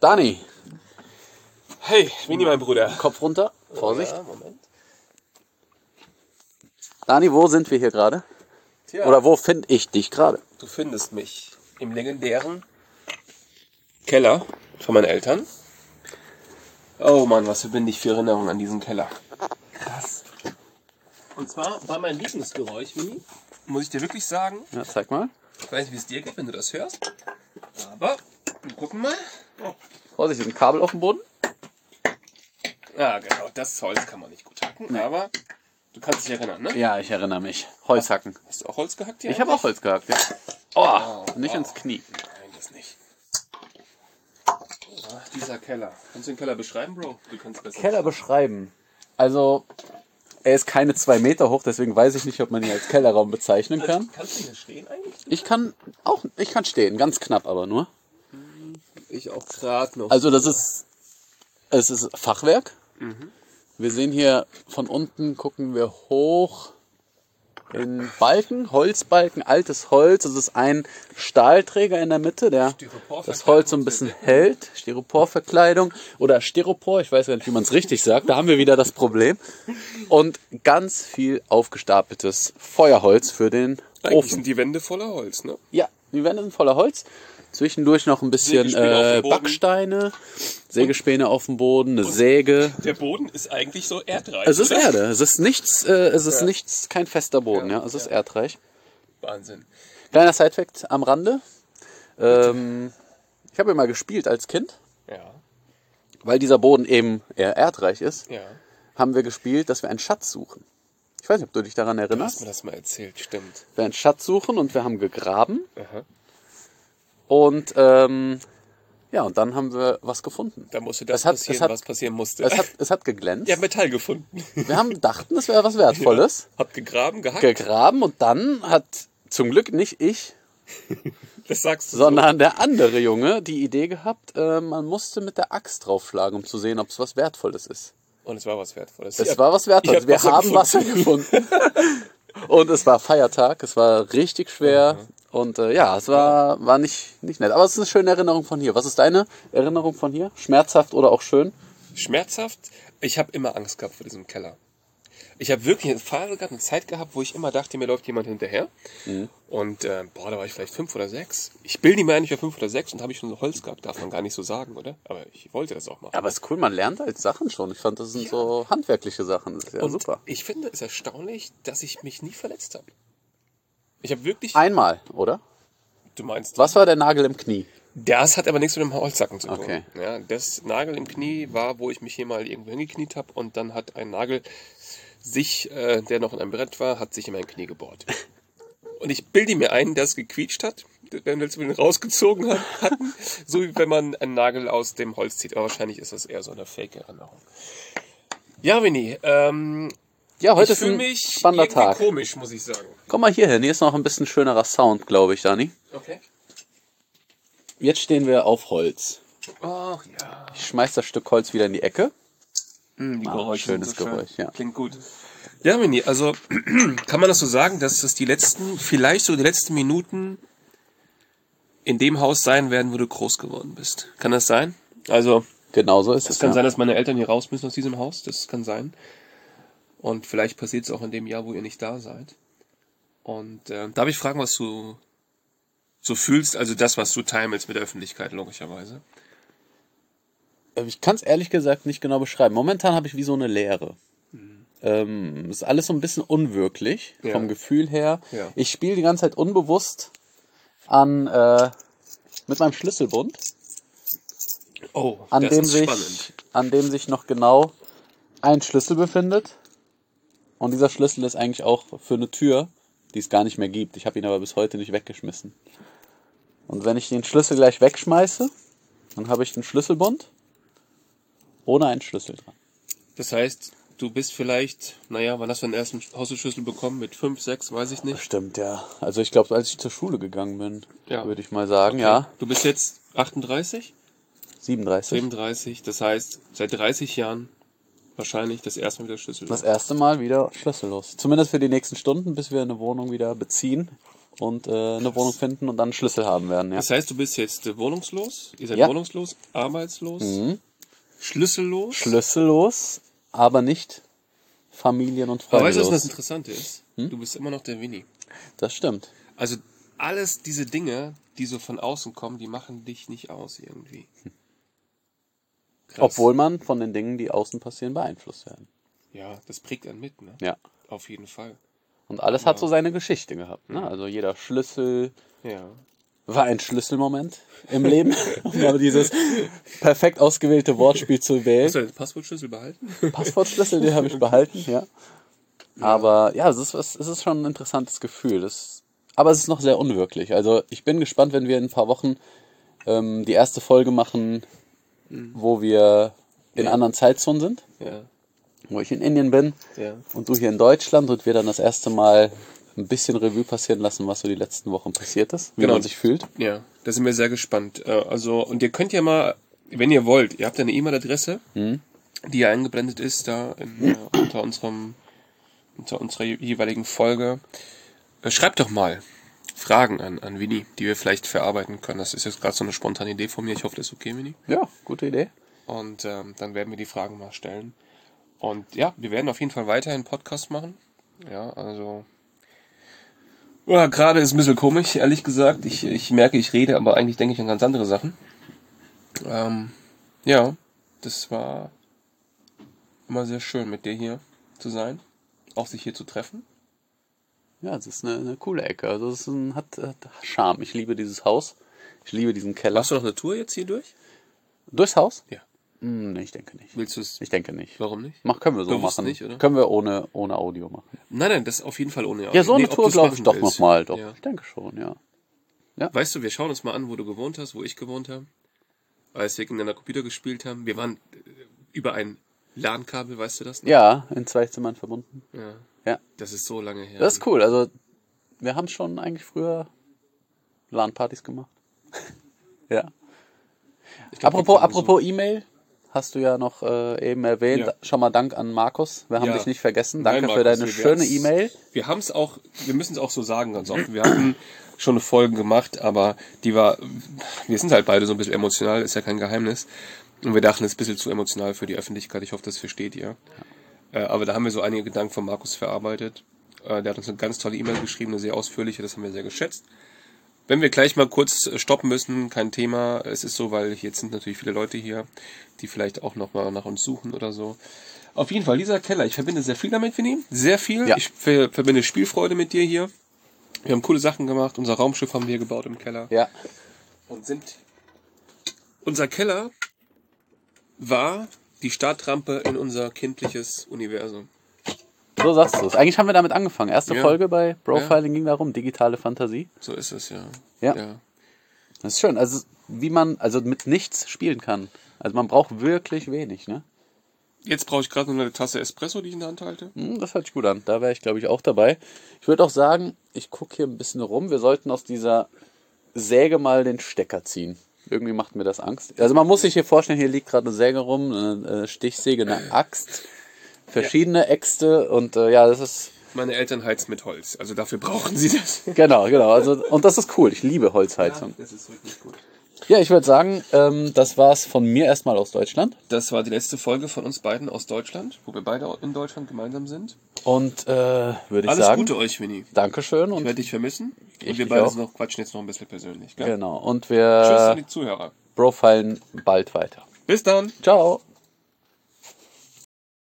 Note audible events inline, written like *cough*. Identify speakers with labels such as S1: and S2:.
S1: Dani,
S2: Hey, Mini, mein Bruder.
S1: Kopf runter. Vorsicht.
S2: Ja, Moment.
S1: Dani, wo sind wir hier gerade?
S2: Tja,
S1: Oder wo finde ich dich gerade?
S2: du findest mich im legendären Keller von meinen Eltern. Oh Mann, was verbinde ich für Erinnerungen an diesen Keller. Krass. Und zwar war mein Lieblingsgeräusch, Mini, muss ich dir wirklich sagen,
S1: Ja, zeig mal.
S2: ich weiß nicht, wie es dir geht, wenn du das hörst, aber wir gucken mal.
S1: Vorsicht, ist ein Kabel auf dem Boden.
S2: Ah, genau, das Holz kann man nicht gut hacken, aber du kannst dich erinnern, ne?
S1: Ja, ich erinnere mich. Holz hacken.
S2: Hast du auch Holz gehackt hier?
S1: Ich habe auch Holz gehackt. Ja. Oh, nicht ins Knie.
S2: Nein, das nicht. Ach, dieser Keller. Kannst du den Keller beschreiben, Bro? Du kannst besser.
S1: Keller beschreiben. Also, er ist keine zwei Meter hoch, deswegen weiß ich nicht, ob man ihn als Kellerraum bezeichnen kann.
S2: Kannst du hier stehen eigentlich?
S1: Ich kann auch, ich kann stehen, ganz knapp aber nur.
S2: Ich auch gerade noch.
S1: Also das ist, es ist Fachwerk. Wir sehen hier von unten, gucken wir hoch in Balken, Holzbalken, altes Holz. Es ist ein Stahlträger in der Mitte, der
S2: Styroporverkleidung
S1: das Holz so ein bisschen hält. Styroporverkleidung oder Styropor, ich weiß gar nicht, wie man es richtig sagt. Da haben wir wieder das Problem. Und ganz viel aufgestapeltes Feuerholz für den
S2: eigentlich
S1: Ofen.
S2: sind die Wände voller Holz, ne?
S1: Ja, die Wände sind voller Holz. Zwischendurch noch ein bisschen
S2: Sägespäne auf
S1: äh,
S2: dem Boden.
S1: Backsteine, Sägespäne auf dem Boden, eine Säge.
S2: Der Boden ist eigentlich so erdreich.
S1: Es ist
S2: oder?
S1: Erde, es ist nichts, äh, es ist nichts, kein fester Boden, ja, es ist erdreich.
S2: Wahnsinn.
S1: Kleiner Sidefact am Rande. Ähm, ich habe immer gespielt als Kind,
S2: Ja.
S1: weil dieser Boden eben eher erdreich ist,
S2: Ja.
S1: haben wir gespielt, dass wir einen Schatz suchen. Ich weiß nicht, ob du dich daran
S2: Du hast
S1: erinnerst.
S2: mir das mal erzählt, stimmt.
S1: Wir einen Schatz suchen und wir haben gegraben
S2: Aha.
S1: und ähm, ja, und dann haben wir was gefunden.
S2: Da musste das
S1: Es hat- es
S2: passieren,
S1: hat-
S2: was passieren musste. *laughs*
S1: Es hat, es hat geglänzt.
S2: Ihr habt Metall gefunden.
S1: Wir haben dachten, es wäre was Wertvolles.
S2: Habt gegraben, gehackt.
S1: Gegraben und dann hat zum Glück nicht ich,
S2: das sagst du.
S1: sondern der andere Junge die Idee gehabt, äh, man musste mit der Axt draufschlagen, um zu sehen, ob es was Wertvolles ist.
S2: Und es war was Wertvolles.
S1: Es
S2: Ihr habt-
S1: war was
S2: ihr
S1: Wertvolles.
S2: habt
S1: Wir
S2: Wasser
S1: haben Wasser gefunden. und es war Feiertag, es war richtig schwer. Und äh, ja, es war, war nicht, nicht nett. Aber es ist eine schöne Erinnerung von hier. Was ist deine Erinnerung von hier? Schmerzhaft oder auch schön?
S2: Schmerzhaft? Ich habe immer Angst gehabt vor diesem Keller. Ich habe wirklich eine Phase gehabt, eine Zeit gehabt, wo ich immer dachte, mir läuft jemand hinterher.
S1: Mhm.
S2: Und äh, boah, da war ich vielleicht fünf oder sechs. Ich bilde mir ein, ich war fünf oder sechs und habe ich schon so Holz gehabt. Darf man gar nicht so sagen, oder? Aber ich wollte das auch machen.
S1: Aber es ist cool, man lernt halt Sachen schon. Ich fand, das sind so handwerkliche Sachen. Das ist ja
S2: und
S1: super.
S2: ich finde es erstaunlich, dass ich mich nie verletzt habe. Ich habe wirklich...
S1: Einmal, oder?
S2: Du meinst,
S1: Was war der Nagel im Knie?
S2: das hat aber nichts mit dem Holzsacken zu tun.
S1: Okay.
S2: Ja, das Nagel im Knie war, wo ich mich hier mal irgendwo hingekniet habe und dann hat ein Nagel sich, äh, der noch in einem Brett war, hat sich in mein Knie gebohrt. *laughs* Und ich bilde mir ein, dass gequietscht hat, wenn wir es wieder rausgezogen hat- hatten, so wie wenn man einen Nagel aus dem Holz zieht. Aber wahrscheinlich ist das eher so eine Fake-Erinnerung. Ja, Winnie, ähm,
S1: Ja, heute
S2: ich
S1: ist ein
S2: fühle mich
S1: spannender
S2: irgendwie
S1: Tag.
S2: komisch, muss ich sagen.
S1: Komm mal hier hin, hier ist noch ein bisschen schönerer Sound, glaube ich, Dani.
S2: Okay.
S1: Jetzt stehen wir auf Holz.
S2: Ach ja.
S1: Ich schmeiß das Stück Holz wieder in die Ecke.
S2: Mm, die
S1: Ah,
S2: Geräusche
S1: schönes
S2: sind so schön.
S1: Geräusch, ja.
S2: Klingt gut. Ja, Mini, also *clears throat* kann man das so sagen, dass das die letzten, vielleicht so die letzten Minuten in dem Haus sein werden, wo du groß geworden bist. Kann das sein? Also,
S1: Genau so ist es.
S2: es kann
S1: ja.
S2: sein, dass meine Eltern hier raus müssen aus diesem Haus. Das kann sein. Und vielleicht passiert es auch in dem Jahr, wo ihr nicht da seid. Und äh, darf ich fragen, was du so fühlst? Also das, was du teimelst mit der Öffentlichkeit, logischerweise.
S1: Äh, Ich kann es ehrlich gesagt nicht genau beschreiben. Momentan habe ich wie so eine Leere. Ähm, ist alles so ein bisschen unwirklich
S2: Ja.
S1: vom Gefühl her.
S2: Ja.
S1: Ich spiele die ganze Zeit unbewusst an äh, mit meinem Schlüsselbund,
S2: Oh,
S1: an
S2: das
S1: dem
S2: ist
S1: sich
S2: spannend.
S1: an dem sich noch genau ein Schlüssel befindet. Und dieser Schlüssel ist eigentlich auch für eine Tür, die es gar nicht mehr gibt. Ich habe ihn aber bis heute nicht weggeschmissen. Und wenn ich den Schlüssel gleich wegschmeiße, dann habe ich den Schlüsselbund ohne einen Schlüssel dran.
S2: Das heißt, du bist vielleicht, naja, wann hast du den ersten Hausschlüssel bekommen? Mit fünf, sechs, weiß ich nicht.
S1: Stimmt, ja. Also ich glaube, als ich zur Schule gegangen bin,
S2: Ja.
S1: würde ich mal sagen, ja,
S2: Du bist jetzt 38,
S1: 37.
S2: 37, das heißt, seit 30 Jahren wahrscheinlich das erste Mal wieder Schlüssel.
S1: Das erste Mal wieder schlüssellos. Zumindest für die nächsten Stunden, bis wir eine Wohnung wieder beziehen und äh, eine Wohnung finden und dann einen Schlüssel haben werden. Ja.
S2: Das heißt, du bist jetzt äh, wohnungslos, ihr seid
S1: Ja.
S2: wohnungslos, arbeitslos, schlüssellos.
S1: Schlüssellos, aber nicht Familien- und
S2: Aber weißt du,
S1: Freundelos.
S2: was das Interessante ist? Du bist immer noch der Winnie.
S1: das stimmt.
S2: Also alles diese Dinge, die so von außen kommen, die machen dich nicht aus irgendwie. Krass.
S1: Obwohl man von den Dingen, die außen passieren, beeinflusst werden.
S2: Ja, das prägt einen mit, ne?
S1: Ja.
S2: Auf jeden Fall.
S1: Und alles hat so seine Geschichte gehabt. Ne? Also jeder Schlüssel
S2: Ja.
S1: war ein Schlüsselmoment im Leben, *laughs* um aber dieses perfekt ausgewählte Wortspiel zu wählen.
S2: Hast du deinen Passwortschlüssel behalten?
S1: Passwortschlüssel, den habe *laughs* ich behalten, ja. Aber ja, es ist, was- es ist schon ein interessantes Gefühl. Das, aber es ist noch sehr unwirklich. Also ich bin gespannt, wenn wir in ein paar Wochen ähm, die erste Folge machen, wo wir in
S2: Ja.
S1: anderen Zeitzonen sind,
S2: *laughs* Ja.
S1: wo ich in Indien bin
S2: Ja.
S1: und du hier in Deutschland und wir dann das erste Mal ein bisschen Revue passieren lassen, was so die letzten Wochen passiert ist, wie
S2: Genau.
S1: man sich fühlt.
S2: Ja, da sind wir sehr gespannt. Äh, Also, und ihr könnt ja mal, wenn ihr wollt, ihr habt ja eine E-Mail-Adresse, die ja eingeblendet ist, da in, äh, unter unserem, unter unserer je- jeweiligen Folge. Äh, Schreibt doch mal Fragen an, an Winnie, die wir vielleicht verarbeiten können. Das ist jetzt gerade so eine spontane Idee von mir. Ich hoffe, das ist okay, Winnie.
S1: Ja, gute Idee.
S2: Und ähm, dann werden wir die Fragen mal stellen. Und ja, wir werden auf jeden Fall weiterhin Podcast machen. Ja, also. Ja, gerade ist ein bisschen komisch, ehrlich gesagt. Ich, ich merke, ich rede, aber eigentlich denke ich an ganz andere Sachen. Ähm, ja, das war immer sehr schön, mit dir hier zu sein. Auch sich hier zu treffen.
S1: Ja, es ist eine, eine coole Ecke. Also es ist ein, hat, hat Charme. Ich liebe dieses Haus. Ich liebe diesen Keller.
S2: Machst du noch eine Tour jetzt hier durch?
S1: Durchs Haus?
S2: Ja.
S1: Hm, nee, ich denke nicht.
S2: Willst du es?
S1: Ich denke nicht.
S2: Warum nicht?
S1: Mach, können wir so
S2: Bewusst
S1: machen.
S2: nicht, oder?
S1: Können wir ohne, ohne Audio machen.
S2: Nein, nein, das auf jeden Fall ohne
S1: Ja, so eine
S2: Nee, ob
S1: Tour
S2: du's
S1: glaube ich
S2: machen
S1: doch
S2: willst.
S1: nochmal. Doch.
S2: Ja.
S1: Ich denke schon, ja.
S2: Weißt du, wir schauen uns mal an, wo du gewohnt hast, wo ich gewohnt habe. Als wir gegeneinander Computer gespielt haben. Wir waren äh, über ein LAN-Kabel, weißt du das? noch?
S1: Ja, in zwei Zimmern verbunden.
S2: ja.
S1: Ja.
S2: Das ist so lange her.
S1: Das ist cool. Also, wir haben schon eigentlich früher LAN-Partys gemacht. *laughs* ja.
S2: Ich glaub, wir
S1: Apropos,
S2: können so-
S1: apropos E-Mail. Hast du ja noch äh, eben erwähnt.
S2: Ja.
S1: Schon mal Dank an Markus. Wir haben
S2: Ja.
S1: dich nicht vergessen. Danke
S2: Nein,
S1: für
S2: Markus,
S1: deine
S2: wir
S1: schöne
S2: werden's-
S1: E-Mail.
S2: Wir haben es auch, wir müssen es auch so sagen ganz offen. Wir hatten schon eine Folge gemacht, aber die war, wir sind halt beide so ein bisschen emotional, ist ja kein Geheimnis. Und wir dachten, es ist ein bisschen zu emotional für die Öffentlichkeit. Ich hoffe, das versteht ihr. Äh, Aber da haben wir so einige Gedanken von Markus verarbeitet. Äh, Der hat uns eine ganz tolle E-Mail geschrieben, eine sehr ausführliche, das haben wir sehr geschätzt. Wenn wir gleich mal kurz äh, stoppen müssen, kein Thema. Es ist so, weil jetzt sind natürlich viele Leute hier, die vielleicht auch nochmal nach uns suchen oder so. Auf jeden Fall, dieser Keller, ich verbinde sehr viel damit, Vinny. Sehr viel.
S1: Ja.
S2: Ich ver verbinde Spielfreude mit dir hier. Wir haben coole Sachen gemacht. Unser Raumschiff haben wir gebaut im Keller.
S1: Ja.
S2: Und sind. Unser Keller war die Startrampe in unser kindliches Universum.
S1: So sagst du es. Eigentlich haben wir damit angefangen. Erste
S2: Ja.
S1: Folge bei Profiling ging darum, digitale Fantasie.
S2: So ist es ja.
S1: Ja. Das ist schön. Also wie man also mit nichts spielen kann. Also man braucht wirklich wenig, ne?
S2: Jetzt brauche ich gerade nur eine Tasse Espresso, die ich in der Hand halte.
S1: Hm, Das hört sich gut an. Da wäre ich, glaube ich, auch dabei. Ich würde auch sagen, ich gucke hier ein bisschen rum. Wir sollten aus dieser Säge mal den Stecker ziehen. Irgendwie macht mir das Angst. Also man muss sich hier vorstellen, hier liegt gerade eine Säge rum, eine äh, Stichsäge, eine Axt, verschiedene Äxte und äh, ja, das ist
S2: Meine Eltern heizen mit Holz, also dafür brauchen sie das.
S1: genau, genau. Also und das ist cool. Ich liebe Holzheizung.
S2: das ist wirklich gut.
S1: Ja, ich würde sagen, ähm, das war's von mir erstmal aus Deutschland.
S2: Das war die letzte Folge von uns beiden aus Deutschland, wo wir beide in Deutschland gemeinsam sind.
S1: Und äh, würde ich
S2: Alles
S1: sagen,
S2: Gute euch, Winnie.
S1: Dankeschön
S2: Ich
S1: und
S2: werde dich vermissen.
S1: Ich
S2: Und wir
S1: dich
S2: beide
S1: auch.
S2: sind noch, quatschen jetzt noch ein bisschen persönlich. Gell?
S1: genau und
S2: Tschüss an
S1: wir
S2: die Zuhörer.
S1: profilen bald weiter.
S2: Bis dann.
S1: Ciao.